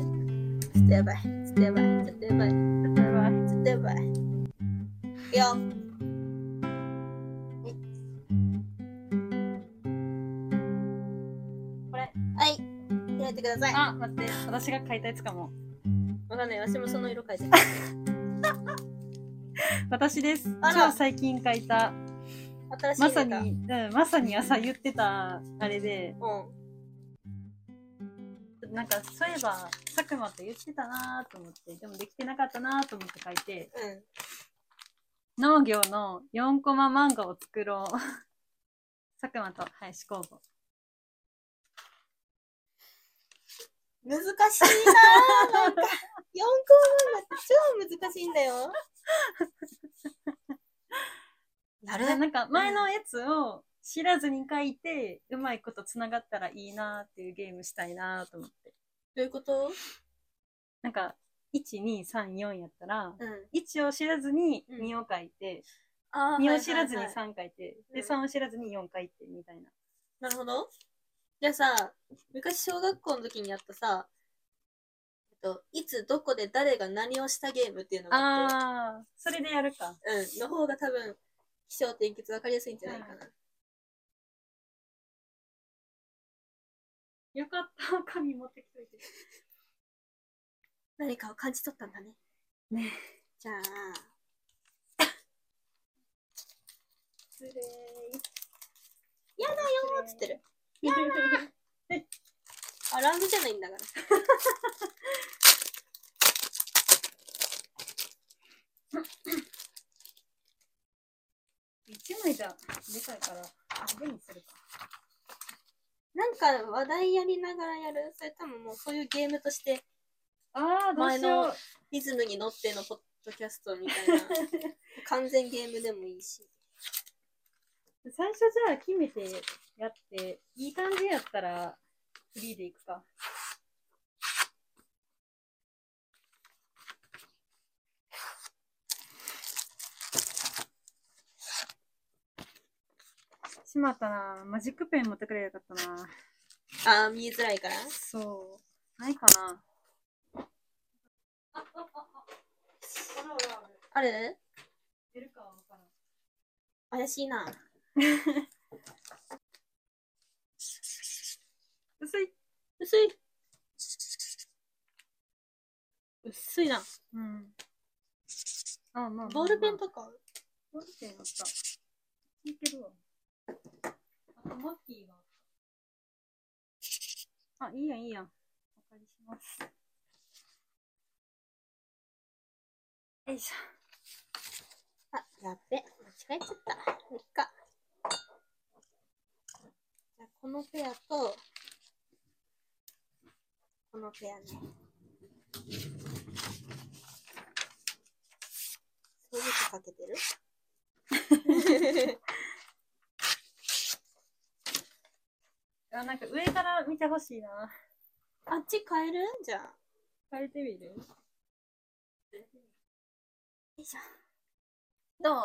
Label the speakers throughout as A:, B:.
A: っとやばい。ちょっとやばい。ちょっとやばい。ちょっとやばい。ちょっとやばい。いくよ。
B: これ。
A: はい。開いてください。
B: あ、待って、私が買いたやつかも。
A: わかんない。私もその色変えて。
B: 私です。
A: あら
B: 超最近書いた。
A: 新しい
B: ま
A: の
B: さ
A: か
B: に、うん、まさに朝言ってた、あれで、
A: う
B: なんか、そういえば、佐久間って言ってたなーと思って、でもできてなかったなーと思って書いて、
A: ん。うん。
B: 農業の4コマ漫画を作ろう。 佐久間と林工房。
A: 難しいなぁ。なんか、4個漫画って超難しいんだよ。やる
B: なんか、前のやつを知らずに書いて、うまいこと繋がったらいいなーっていうゲームしたいなーと思って。
A: どういうこと
B: なんか、1、2、3、4やったら、
A: うん。
B: 1を知らずに
A: うん
B: 2を書いて、
A: あ
B: 2を知らずに
A: はいはいはい
B: 3書いて、
A: うん
B: で、3を知らずに4書いて、みたいな。
A: なるほど。じゃあさ、昔小学校の時にやったさ、えっと、いつどこで誰が何をしたゲームっていうのがあって、
B: ああ、それでやるか。
A: うん、の方が多分、気象転結わかりやすいんじゃないかな。
B: よかった、紙持ってきとい て。
A: 何かを感じ取ったんだね。
B: ね。
A: じゃあ、
B: つれーい。
A: やだよーっつってる。
B: やだ
A: アラームじゃないんだから。
B: 1枚じゃでかいから、あ、でにするか。
A: なんか話題やりながらやるそれとももうそういうゲームとして
B: ああ、どうしよう。
A: リズムに乗ってのポッドキャストみたい な完全ゲームでもいいし。
B: 最初じゃあ決めてやって、いい感じやったら、フリーでいくか。しまったな。マジックペン持ってくれよかったな。
A: ああ、見えづらいから。
B: そう。ないかな。
A: ある
B: 出るかわからん。
A: 怪しいな。
B: 薄い。
A: 薄い。薄いな。
B: うん。あ、まあまあまあ
A: ボールペンとか
B: ボールペンあった。いけるわ。あと、マッキーが。あ、いいやん、いいやん。お借りします。よいし
A: あ、やっべ。間違えちゃった。いっか。じゃあこのペアと、このペアね。そういうこかけ てる
B: ょ。あ、なんか上から見てほしいな。
A: あっち変えるじゃあ。よ
B: 変えてみる
A: いしょ。どう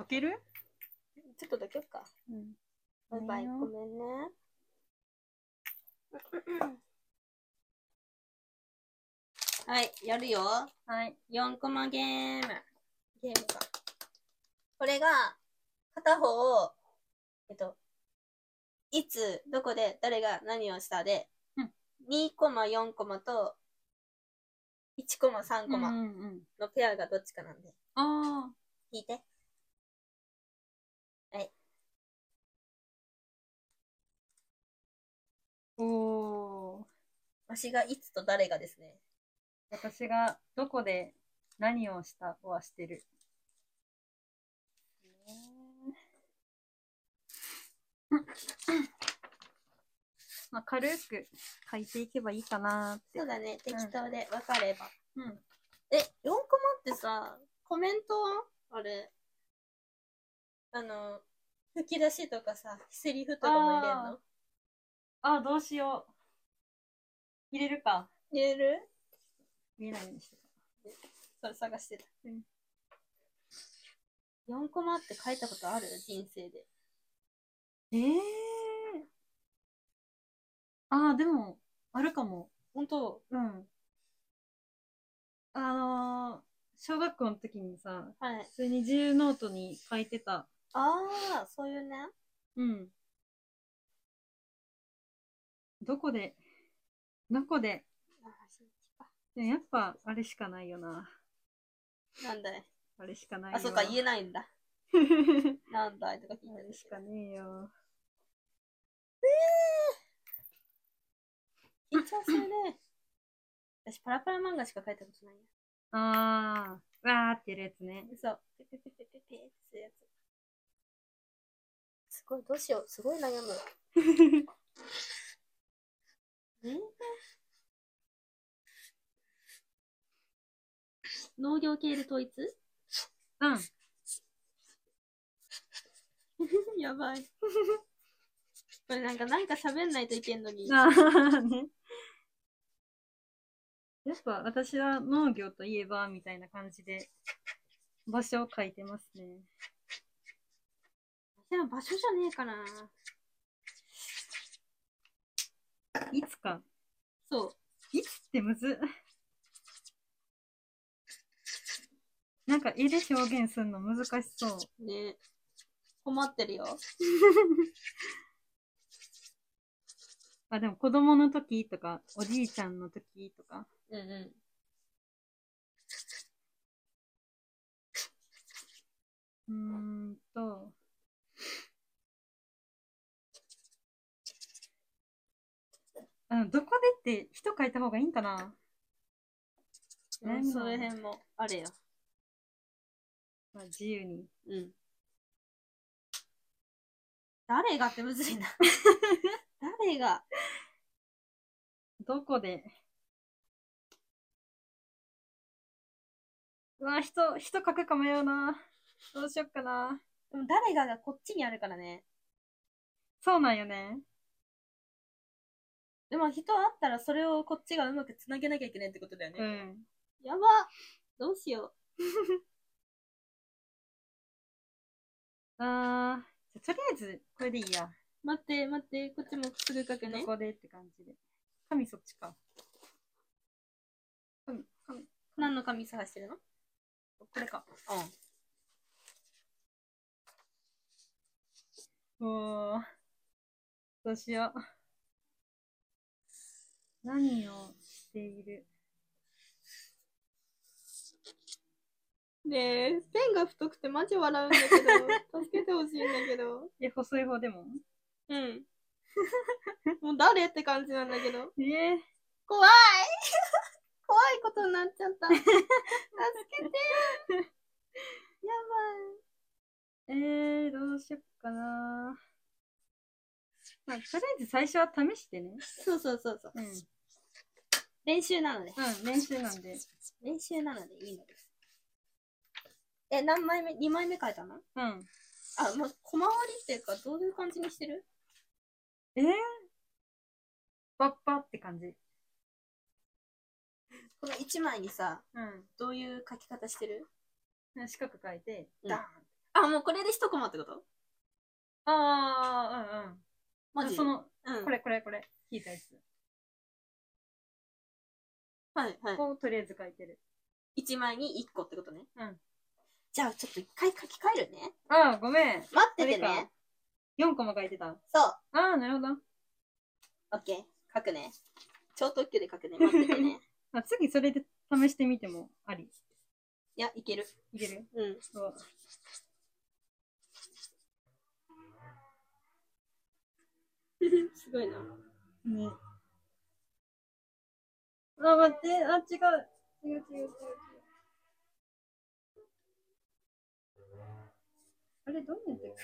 B: 溶ける
A: ちょっとだけか。
B: うん。
A: バイバイ。
B: いいよ
A: ごめんね。はい、やるよ。
B: はい。
A: 4コマゲーム。ゲームか。これが、片方を、えっと、いつ、どこで、誰が何をしたで、
B: うん
A: 2コマ、4コマと、1コマ、3コ
B: う
A: マ
B: んうん。
A: のペアがどっちかなんで、
B: ああ。
A: 引いて。
B: おお。
A: わしがいつと誰がですね。
B: 私がどこで何をしたはしてる。まあ、軽く書いていけばいいかなって。
A: そうだね、適当で分かれば。
B: うん。
A: え、4コマってさ、コメントはあれ、あの、吹き出しとかさ、セリフとかも入れるの
B: あ、どうしよう。入れるか。
A: 入れる
B: 見えないようにしてた。
A: それ探してた。
B: うん
A: 4コマって書いたことある人生で。
B: ええー。ああ、でも、あるかも。
A: 本当
B: うん。あのー小学校の時にさ、
A: はい
B: 普。通に自由ノートに書いてた。
A: ああ、そういうね。
B: うん。どこで、どこで、
A: あー
B: でもやっぱあれしかないよな。
A: なんだい。
B: あれしかないよ。
A: あ、そうか、言え
B: え
A: ないん だ。なんだいとか聞いた
B: あ
A: ん
B: れ
A: で
B: し
A: すけど
B: かねえよ。
A: 緊張するね。私、パラパラ漫画しか書いたことないや。
B: あー、わーってやるやつね。
A: そう。ペペペペペペってするやつ。すごい、どうしよう。すごい悩む。え 農業系で統一
B: うん。
A: やばい。これなんか、なんか喋んないといけんのに。
B: あーね。やっぱ私は農業といえばみたいな感じで場所を書いてますね。
A: でも場所じゃねえかな。
B: いつか。
A: そう。
B: いつってむずっ。なんか絵で表現するの難しそう。
A: ね困ってるよ。
B: あ、でも子供の時とか、おじいちゃんの時とか。
A: うんうん。
B: うーんと。あのどこでって人書いた方がいいんかな
A: うんその辺もあれよ。
B: まあ、自由に。
A: うん。誰がってむずい な。誰が。
B: どこでうわ、人、人書くか迷うな。どうしよっかな。
A: でも誰ががこっちにあるからね。
B: そうなんよね。
A: でも人あったらそれをこっちがうまくつなげなきゃいけないってことだよね。
B: うん。
A: やばどうしよ
B: あー、じゃあとりあえず、これでいいや。
A: う。待って待って、こっちもすぐ書く
B: ど
A: ね。
B: こでって感じで。神そっちか。神、神、
A: 何の紙探してるのうん。
B: これか。おー。どうしよう。何をしている
A: ねえ、ペンが太くてマジ笑うんだ けど、助けてほしいんだけど。
B: え、細い方でも
A: うん。もう誰って感じなんだけど。
B: ええ
A: 怖い 怖いことになっちゃった。助けてや
B: えー、どうしよっかな。まあ、とりあえず最初は試してね。
A: ばい。そうそうそうそう。
B: うん。う
A: 練習なので。
B: ん、練習なんで。
A: 練習なのでいいのです。え、何枚目 ?2 枚目書いたの
B: うん。
A: あ、まあ、小回りっていうか、どういう感じにしてる
B: えー、バッパって感じ。
A: この1枚にさ、
B: うん。
A: どういう書き方してる
B: 四角書いて、
A: うん
B: ダーン。
A: あ、もうこれで一コマってこと
B: ああ、うんうん。
A: マ
B: あ
A: ジ
B: そ、の、
A: うん、
B: こ。れこれこれ、聞いたやつ。
A: はいはい。
B: こう、とりあえず書いてる。
A: 1枚に1個ってことね。
B: うん。
A: じゃあ、ちょっと一回書き換えるね。
B: ああ、ごめん。
A: 待
B: あ
A: って
B: れ
A: てね
B: か。。4コマ書いてた。あ
A: そう。
B: あ、なるほど。
A: オッケー。書くね。超特急で書くね。待ってて ね。
B: あ次、それで試してみてもあり。
A: いや、いける。
B: いける
A: うん。
B: そう。
A: すごいな。
B: ね。あ、待って、あ、違う。違う違う違う違う。あれ、どうやって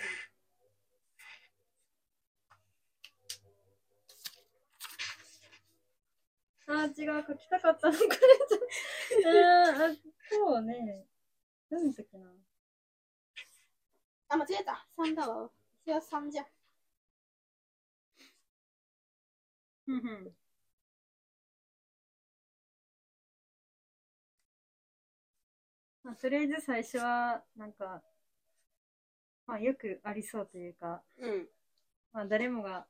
B: あ、違う、書きたかったの、これ。あー、あ、そうね。何の時な
A: あ、間違えた。3だわ。私は3じゃん。
B: うんうん。まあ、とりあえず最初は、なんか、まあ、よくありそうというか、
A: うん。
B: まあ、誰もが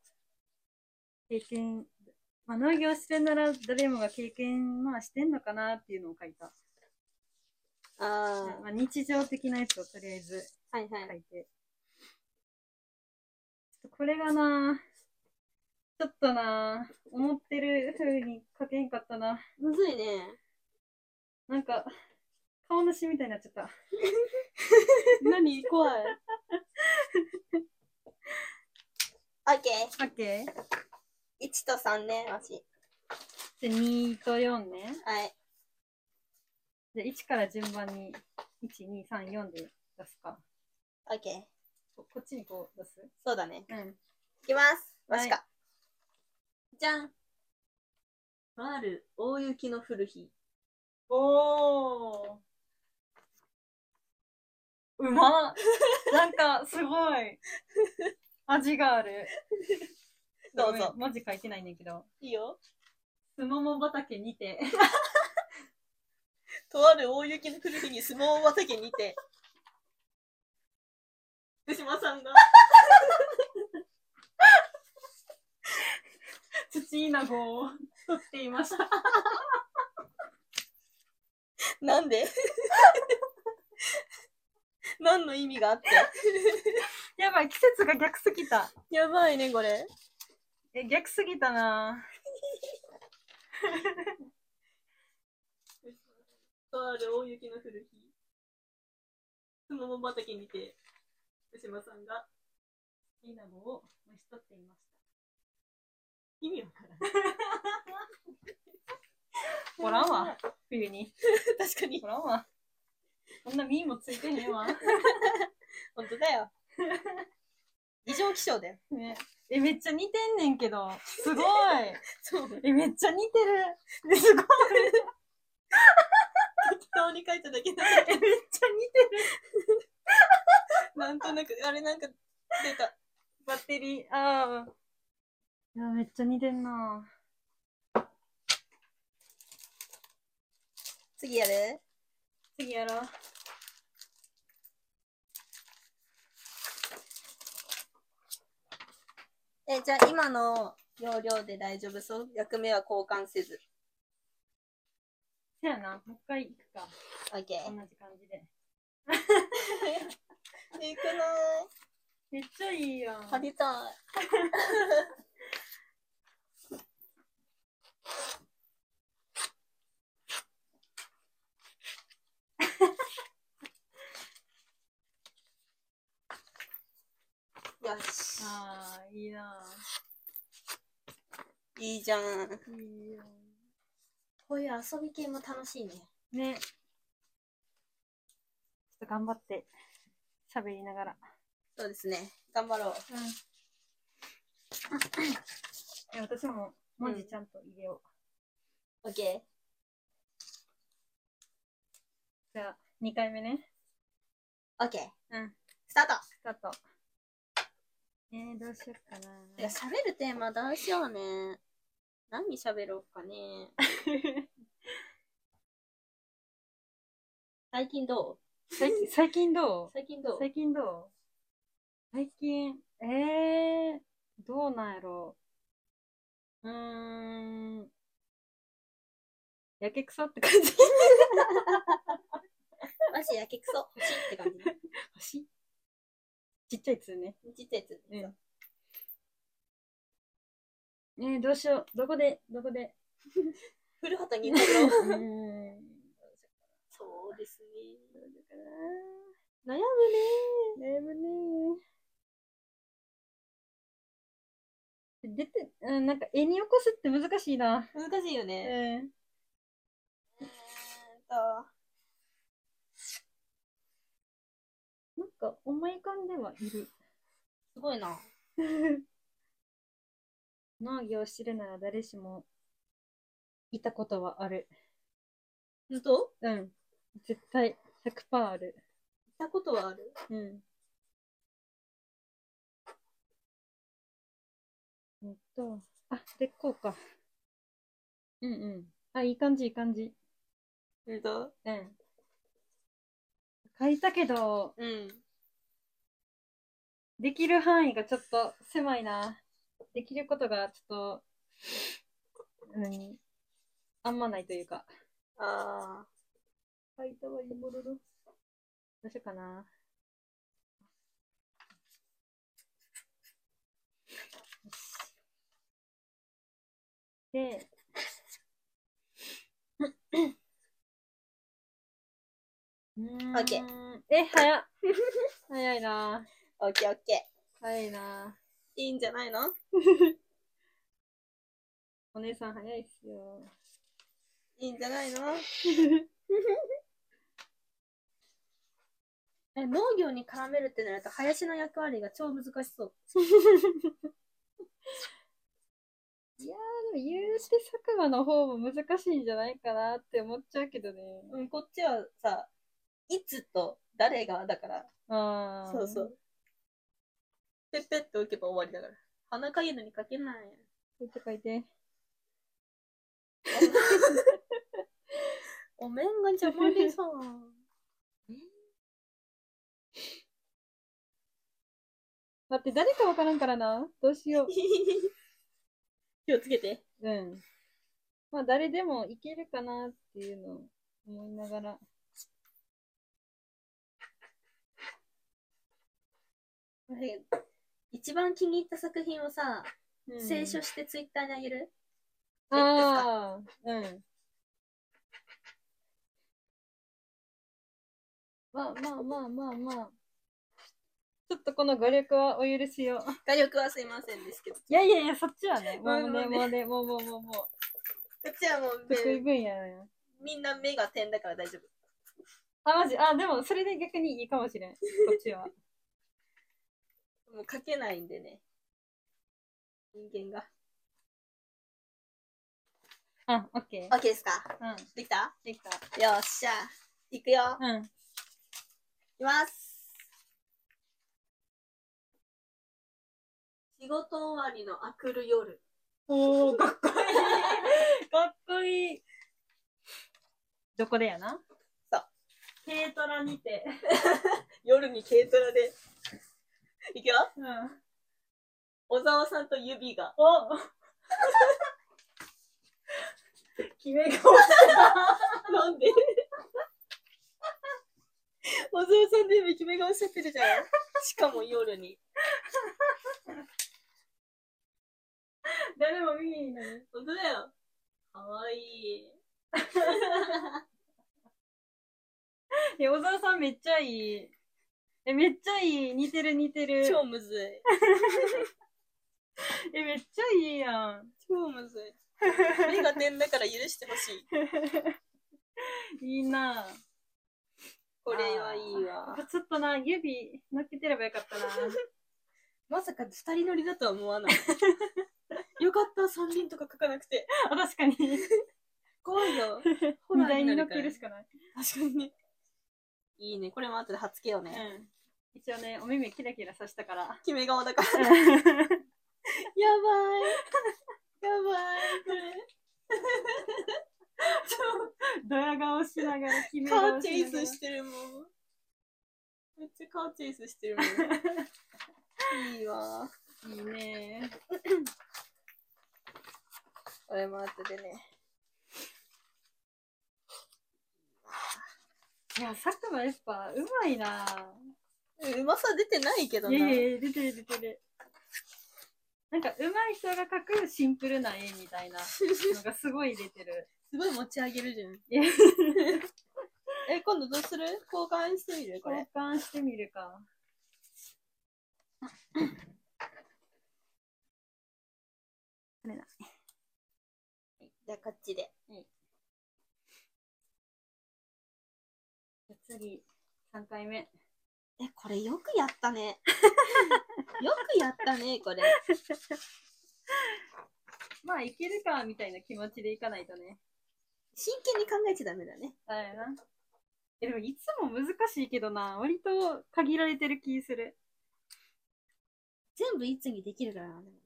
B: 経験、まあ、農業してるなら誰もが経験、まあ、してんのかなっていうのを書いた。
A: あ
B: まあ、日常的なやつをとりあえず
A: あ、はいは
B: 書
A: い。
B: いて。ちょっとこれがな、ちょっとな、思ってる風に書けんかったな。
A: むずいね。
B: なんか、顔なしみたいになっちゃった。
A: 何怖 い。オッケー。
B: オッケー。
A: 1と3ね、わし。
B: じゃあ2と4ね。
A: はい。
B: じゃあ1から順番に、1、2、3、4で出すか。
A: オッケー。
B: ここっちにこう出す
A: そうだね。
B: うん。
A: いきます。わしか。
B: は
A: じゃん。ある大雪の降る日。
B: おー。うまっなんか、すごい。味がある。
A: どうぞ
B: ごめん。文字書いてないねんけど。
A: いいよ。
B: すもも畑にて。
A: とある大雪の降る日に相撲畑にて。福島さんが。
B: 土稲子を取っていました。
A: なんで 何の意味があって。
B: やばい、季節が逆すぎた。
A: やばいね、これ。
B: え、逆すぎた な
A: とある大雪の降る日。すもも畑にて、福島さんが
B: 稲子を虫取っていまし
A: 意味わからん。
B: た。おらんわ。冬に。
A: 確かに。
B: おらんわ。こんなミーもついてへんわ。
A: 本当だよ。異常気象だよ。
B: ね、え、めっちゃ似てんねんけど。すごい。
A: そう。適
B: え、めっちゃ似てる。すごい。
A: 当に書いただけだ。
B: え、めっちゃ似てる。
A: なんとなく、あれなんか出た。
B: バッテリー。ああ。いや、めっちゃ似てんな
A: 次やる
B: 次やろう。
A: え、じゃあ今の要領で大丈夫そう役目は交換せず。
B: せやな。もう一回行くか。
A: オッケ
B: 同
A: ー。
B: じ感じで。
A: いくない
B: めっちゃいいやん。
A: 貼りたい。 よし。
B: ああ、いいな。
A: いいじゃん。
B: いいやん。
A: こういう遊び系も楽しいね。
B: ね。ちょっと頑張って、喋りながら。
A: そうですね。頑張ろう。
B: うん。 え私も文字ちゃんと入れよう。
A: オッケ
B: じゃあ、2回目ね。
A: ー。オッケー。
B: うん。
A: スタート。
B: スタート。えー、どうしようかな。
A: いや、喋るテーマどうしようね。何喋ろうか ね。最近ど
B: 最近最近ど
A: う
B: う
A: 最近どう
B: 最近どう最近、えー、どうなんやろう。うーん。やけくそって感じ。
A: マジやけくそ。欲しいって感じ。
B: 星ちっちゃいつね。
A: ちっちゃいやつ。
B: うんねえ、どうしよう。どこで、どこで。
A: 古畑
B: う
A: 任三郎。
B: ーん。
A: そうですね。
B: 悩むね悩むね出て、うん、なんか絵に起こすって難しいな。
A: 難しいよ
B: う
A: ね。
B: ん。
A: うーんと、
B: なんか思い浮かんではいる。
A: すごいな。
B: 農業を知るなら誰しもいたことはある。
A: ずっと
B: うん。絶対100%ある。
A: 行ったことはある
B: うん。えっと、あ、で、こうか。うんうん。あ、いい感じ、いい感じ。
A: うんと、
B: うん。書いたけど、
A: うん。
B: できる範囲がちょっと狭いな。できることがちょっと、うん、あんまないというか。
A: ああ。
B: ファイトはいいものの。どうしようかな。で、うーん。え、早っ。早いな。
A: オッケーオッケ
B: 早いな。
A: ー。いいんじゃないの
B: お姉さん早いっすよ。
A: いいんじゃないの え農業に絡めるってなると林の役割が超難しそう。
B: いやー、でも有機作間の方も難しいんじゃないかなって思っちゃうけどね。
A: うん、こっちはさ、いつと誰がだから。
B: あー
A: そうそう。。ペッペッと置けば終わりだから。花かゆのにかけない。
B: 書いて書いて。
A: お面が邪魔でさ。
B: 待って、誰かわからんからな。どうしよ
A: 気をつけて。
B: う。うん。まあ、誰でもいけるかなっていうのを思いながら。
A: 一番気に入った作品をさ、
B: うん
A: 清書してツイッターにあげる
B: ああ、うん。まあまあまあまあまあ。ちょっとこの画力はお許しを。
A: 画力はすいませんですけど。こ
B: いやいやいや、そっちはね、も
A: う
B: うん
A: も
B: ね、
A: うね
B: もうね、もうもうもうもう。
A: っちはもう、
B: 得意分野だよ。
A: みんな目が点だから大丈夫。
B: あ、マジあ、でもそれで逆にいいかもしれん。こっち は。
A: もう書けないんでね。人間が。
B: あ、オッケ
A: オッケーですか
B: ー。うん、
A: できた
B: できた。
A: よっしゃ。いくよ。
B: うん。
A: いきます。仕事終わりのあくる夜。
B: おー、かっこいい。 かっこいい。どこでやな
A: そう。
B: 軽トラにて。
A: 夜に軽トラで。いくよ。
B: うん。
A: 小沢さんと指が。
B: お 決め顔。
A: なん で小沢さんで指決め顔しちゃってるじゃん。しかも夜に。
B: 誰も見えない。
A: 本当だよ。かわいい。
B: いや、小沢さんめっちゃいい。え、めっちゃいい。似てる似てる。
A: 超むずい。
B: え、めっちゃいいやん。
A: 超むず い。目が点だから許してほしい。
B: いいな
A: これはいいわ。
B: ぁ。ちょっとな、指乗っけてればよかったな。
A: まさか二人乗りだとは思わ ない。よかった、三人とか書かなくて。
B: あ、確かに。
A: 怖いよ。ホ
B: 荷
A: ラー
B: 台
A: にな
B: に
A: るからね
B: 乗っけるしかない。
A: 確かにね。いいね。これも後で貼っつけよう
B: う
A: ね。
B: ん。一応ね、お目目キラキラさした から。
A: 決め顔だから。やばい。 やばい。これ。
B: ドヤ顔しながら、決め
A: カ
B: 顔
A: ーチェイスしてるもん。めっちゃカーチェイスしてるも ん。いいわ。
B: いいね
A: これも後でね。
B: いや、佐久間やっぱ、うまいなぁ。
A: うまさ出てないけど
B: い
A: な。
B: やいやいや、出てる出てる。なんか、うまい人が描くシンプルな絵みたいなのがすごい出てる。
A: すごい持ち上げるじゃん
B: いや。
A: え、今度どうする交換してみるこ
B: 交
A: れ。
B: 換してみるか。
A: じゃあこっちで。
B: 次、3回目。
A: え、これよくやった ね。よくやったね、これ。
B: まあ、いけるか、みたいな気持ちでいかないとね。
A: 真剣に考えちゃダメだね。
B: あれやな。え、でも、いつも難しいけどな、割と限られてる気する。
A: 全部いつにできるからな。でも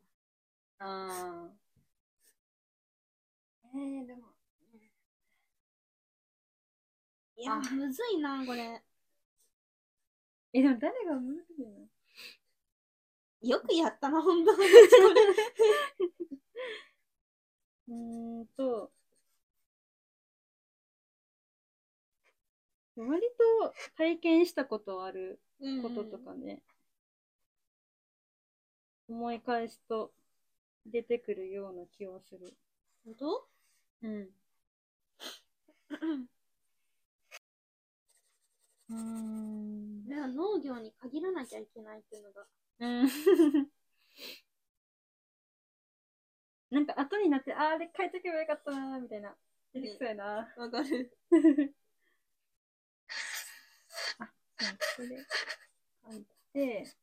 B: ああ。えー、でも、
A: いや、
B: あ
A: むずいな、これ。
B: え、でも誰が難しいの
A: よくやったな、本当に。
B: うーん割と体験したことある
A: うん
B: こととかね、思い返すと出てくるような気はする。
A: 本当
B: うん。うん
A: こ。れは農業に限らなきゃいけないっていうのが。
B: うん。 なんか後になって、あーあれ書いとけばよかったなーみたいな。出てきそうやな。
A: わかる。
B: うん、これ書いて、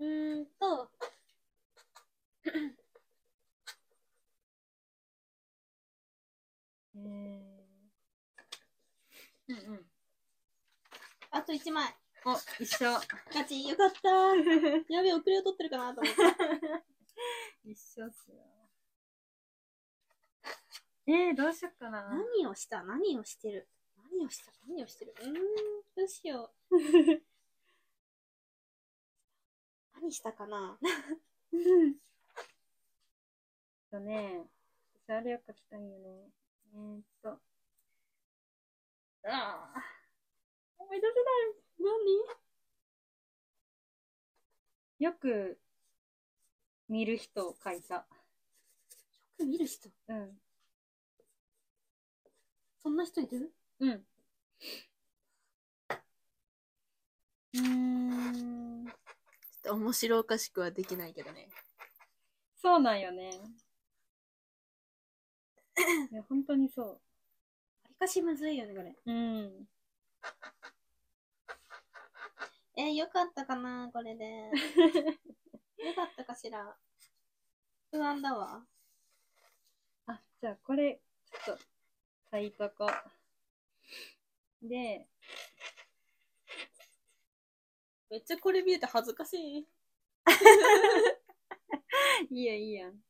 A: うーんと。
B: えー、うんうん。
A: あと1枚。
B: お、一緒。
A: ガチ、よかったやべえ、遅れを取ってるかなと思って。
B: 一緒っすよ。えー、どうしよっかな。
A: 何をした何をしてる何をした何をしてるうーん、どうしよう。 何したかな
B: とね、私あれを書きたいよね。えー、っと。ああ。思い出せない。何よく見る人を書いた。
A: 見る人。
B: うん。
A: そんな人いる
B: うん。うーん。
A: ちょっと面白おかしくはできないけどね。
B: そうなんよね。 いや、本当にそ
A: わりかしむずいよね、これ。
B: う。うん。
A: えー、よかったかなこ れで。よかったかしら。不安だわ。
B: あ、じゃあこれ、ちょっと、書いとこう。で、
A: めっちゃこれ見えて恥ずかしい。
B: いいやんいいやん。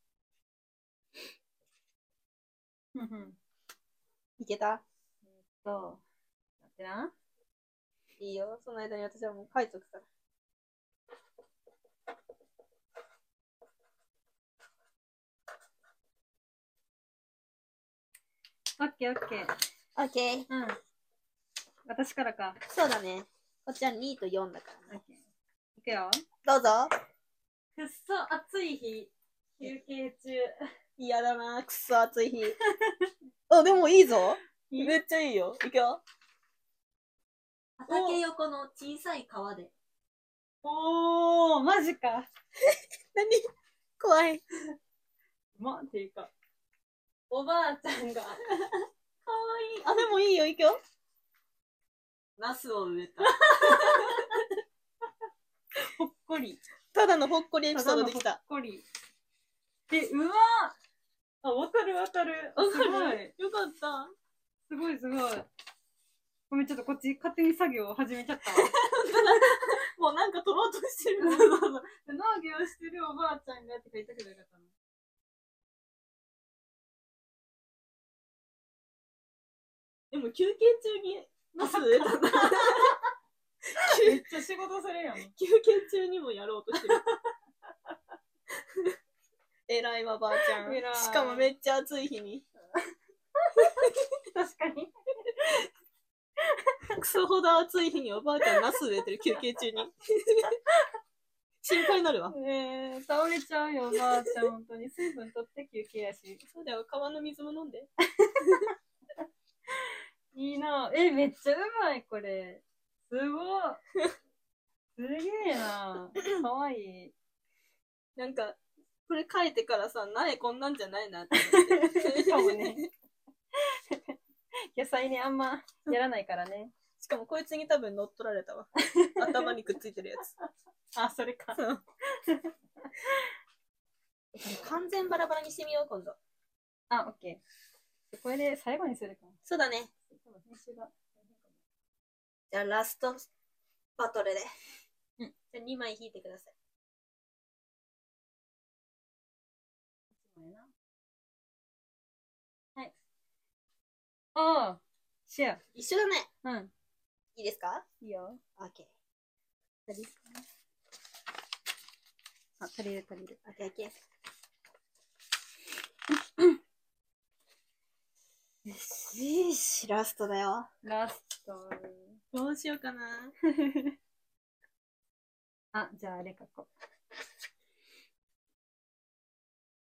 B: ふんふん
A: いけた
B: と、待ってな。
A: いいよ。その間に私はもう書いとくから。
B: オッケーオッケー。
A: オッケー。
B: うん。私からか。
A: そうだね。こっちは2と4だか
B: オ
A: ら
B: ッ
A: ね。
B: ケー。いくよ。
A: どうぞ。
B: くっそ暑い日。休憩中。
A: 嫌だな。くっそ暑い日。 あ、でもいいぞ。めっちゃいいよ。いくよ。
B: 畑
A: 横の小さい川で。
B: おー、マジか。
A: 何怖い。
B: まっていうか。おばあちゃんが、かわいい。
A: あ、でもいいよ。いくよ。
B: ナスを植えた。ほっこり。
A: ただのほっこりエピソードでき。
B: ほったこり。で、うわあ、わかるわかる。すごい。
A: よかった。
B: すごいすごい。ごめん、ちょっとこっち勝手に作業を始めちゃったわ。
A: もうなんか取ろうとして る。
B: そうそうそう農業してるおばあちゃんがって書いたくなかったの。
A: でも休憩中にナス植えたな。
B: めっちゃ仕事するやん。
A: 休憩中にもやろうとして る。えらいわ、ばあちゃん。
B: 偉い
A: しかもめっちゃ暑い日に。
B: 確かに。
A: クソほど暑い日におばあちゃんナス植えてる休憩中に。 心配になるわ。
B: えー、倒れちゃうよ、おばあちゃん。本当に。水分取って休憩やし。
A: そうだよ、川の水も飲んで。
B: いいなえ、めっちゃうまい、これ。すごい。すげえなかわいい。
A: なんか、これ書いてからさ、苗こんなんじゃないなって思 って。
B: かもね。 野菜ね、あんまやらないからね。
A: しかもこいつに多分乗っ取られたわ。頭にくっついてるやつ。
B: あ、それか。
A: 完全バラバラにしてみよう、今度。
B: あ、オッケー。これで最後にするかも。
A: そうだね。
B: 多分編集が
A: じゃあラストバトルで。
B: うん
A: じゃあ2枚引いてください。
B: はい。ああ、シェ
A: 一緒だね。
B: ア。うん。
A: いいですか
B: いいよ。
A: オッケ
B: 足りるかなあ、足りる足りる。
A: ー。オッケーオッケー。
B: よし。
A: 私ラストだよ。
B: ラスト。
A: どうしようかな。
B: あ、じゃああれ書こ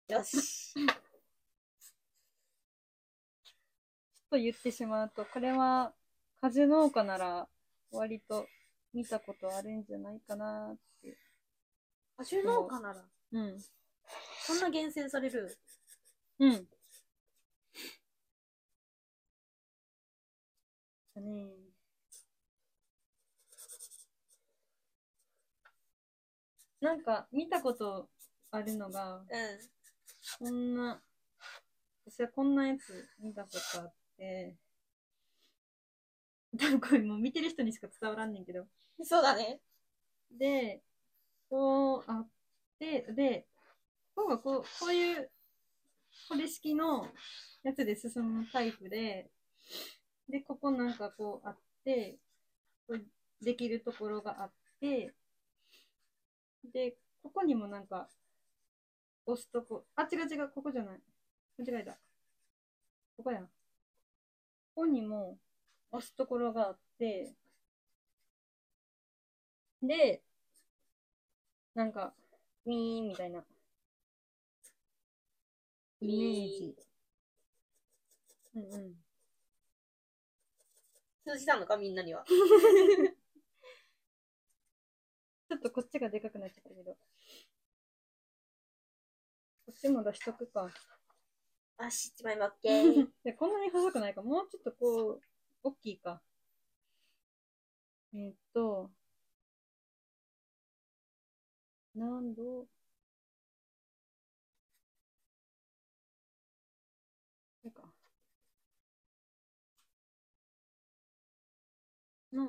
A: よし。
B: う。と言ってしまうと、これは、風農家なら、割と見たことあるんじゃないかなって。
A: あ、収納かなら。
B: うん。
A: そんな厳選される。
B: うん。だね。なんか、見たことあるのが、
A: うん。
B: こんな、私はこんなやつ見たことあって、 多分これもう見てる人にしか伝わらんねんけど。
A: そうだね。
B: で、こうあって、で、こうがこう、こういう、これ式のやつで進むタイプで、で、ここなんかこうあって、こうできるところがあって、で、ここにもなんか、押すとこ、あ、違う違う、ここじゃない。間違えた。ここや。ここにも押すところがあって、で、なんか、ウィーンみたいな。イメージ。うんうん。
A: 通じたのか、みんなには。
B: ちょっとこっちがでかくなっちゃったけど。こっちも出しとくか。
A: あ、しちまいまっけー。
B: でこんなに細くないか。もうちょっとこう、大きいか。えーっと、何度これか。の、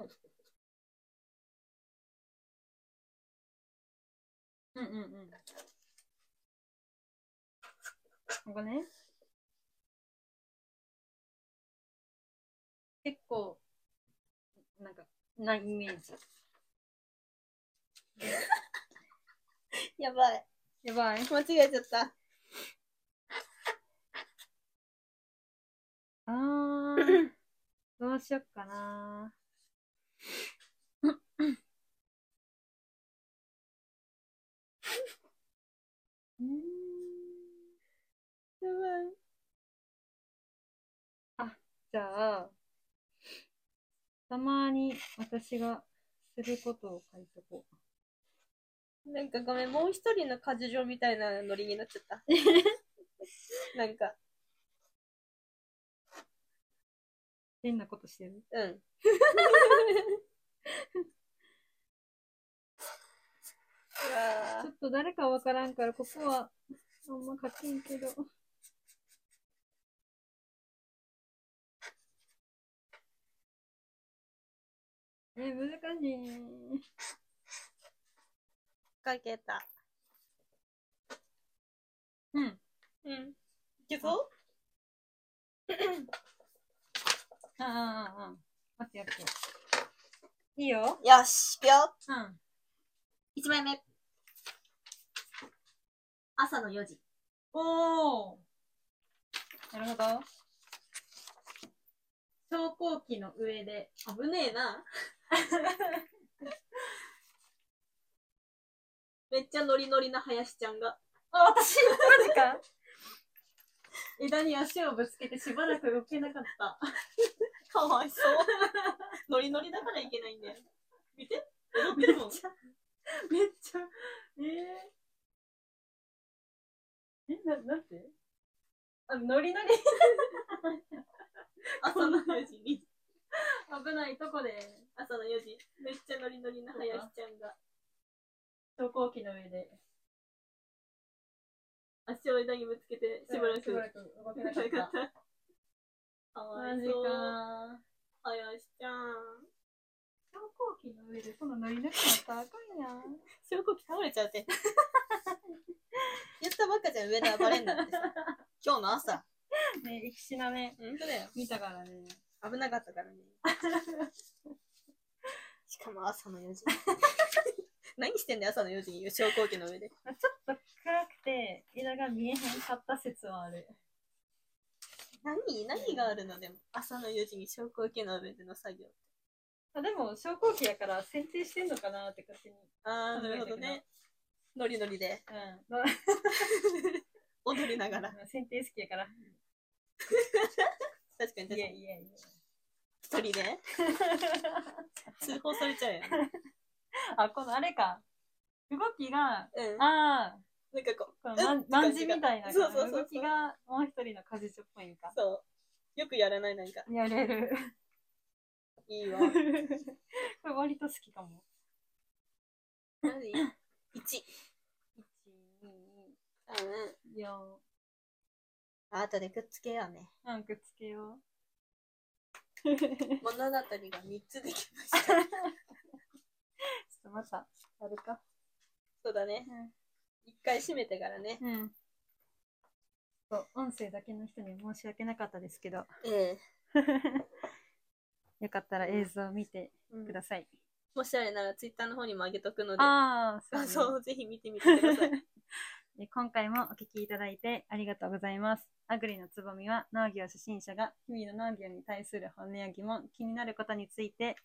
B: うんうんうん。ここね。結構、なんか、なイメージ。
A: やばい。
B: やばい。
A: 間違えちゃった。
B: あ ー、どうしよっか な。うーん
A: やばい。
B: じゃあ、たまに私がすることを書いとこう。
A: なんかごめん、もう一人の家事上みたいなノリになっちゃ った。なんか、
B: 変なことしてる
A: うん。うわ
B: ちょっと誰かわからんから、ここは、あんま書けんけど。え、難しい。
A: ーかけた。
B: うん。
A: うん。いけそう
B: ああ、ああ、ああ。待って、やって。いいよ。
A: よし、ぴょ
B: うん。
A: 一枚目。朝の4時。
B: おお。なるほど。昇降機の上で。
A: 危ねえ な。めっちゃノリノリな林ちゃんが。
B: あ、私マジか枝に足をぶつけてしばらく動けなかった。
A: かわいそう。 ノリノリだからいけないんだよ。見て。踊ってるもん。
B: ゃ、 めっちゃ、えー、え、な、なんてあ、ノリノリ
A: 朝の4時に。
B: 危ないとこで、
A: 朝の4時。めっちゃノリノリな林ちゃんが。
B: 昇降機の上で。
A: 足を枝にぶつけてしばら
B: しばら
A: く。
B: く動けなかった。
A: かわ
B: マ
A: い
B: ジ
A: そう。
B: か。
A: 林ちゃん。
B: 昇降機の上でそのノリなくなったらあかんやん。
A: 証拠機倒れちゃうて。言ったばっかじゃん、上で暴れんな って。今日の朝。
B: ね、歴史なね、
A: 本当だよ。
B: 見たからね。
A: 危なかった からね。しかも朝の4時。 何してんだよ、朝の4時に昇降機の上で。
B: ちょっと暗くて枝が見えへんかった説はある。
A: 何何があるのでも朝の4時に昇降機の上での作業
B: あでも、昇降機やから選定してんのかなって勝手に。
A: ああな
B: 考え
A: る
B: た
A: ほ
B: けど
A: どねノリノリで
B: うん。
A: 踊りながら
B: 選定好きやから。い
A: 確かに確か
B: や
A: に
B: いやいや。
A: 一人 で通報されちゃうよね
B: あ、このあれか。動きが、
A: うんなんか
B: ああ、
A: こ
B: この
A: う
B: ま
A: うん
B: んまんじみたいな
A: そうそうそうそう
B: 動きがもう一人のカジチョっぽいんか。
A: そうよくやらないなんか
B: や れる。
A: いいわ
B: これ割と好きかも。
A: 何1
B: 1、
A: うん
B: 2、4。
A: あとでくっつけようね
B: うん、くっつけよう。ちょ
A: 物語が3つできました。
B: っとまた、やるか。
A: そうだね。一回閉めてからね。
B: うん。そう音声だけの人には申し訳なかったですけど、
A: ええ
B: よかったら映像を見てください。
A: もしあれならツイッターの方にも上げとくので、あ
B: ああ、ね
A: そう、ぜひ見てみてくださ い。
B: え今回もお聞きいただいてありがとうございます。アグリのつぼみは農業初心者が日々の農業に対する本音や疑問、気になることについて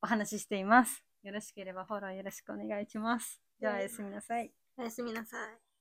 B: お話ししています。よろしければフォローよろしくお願いします。では、おやすみなさい。
A: おやすみなさい。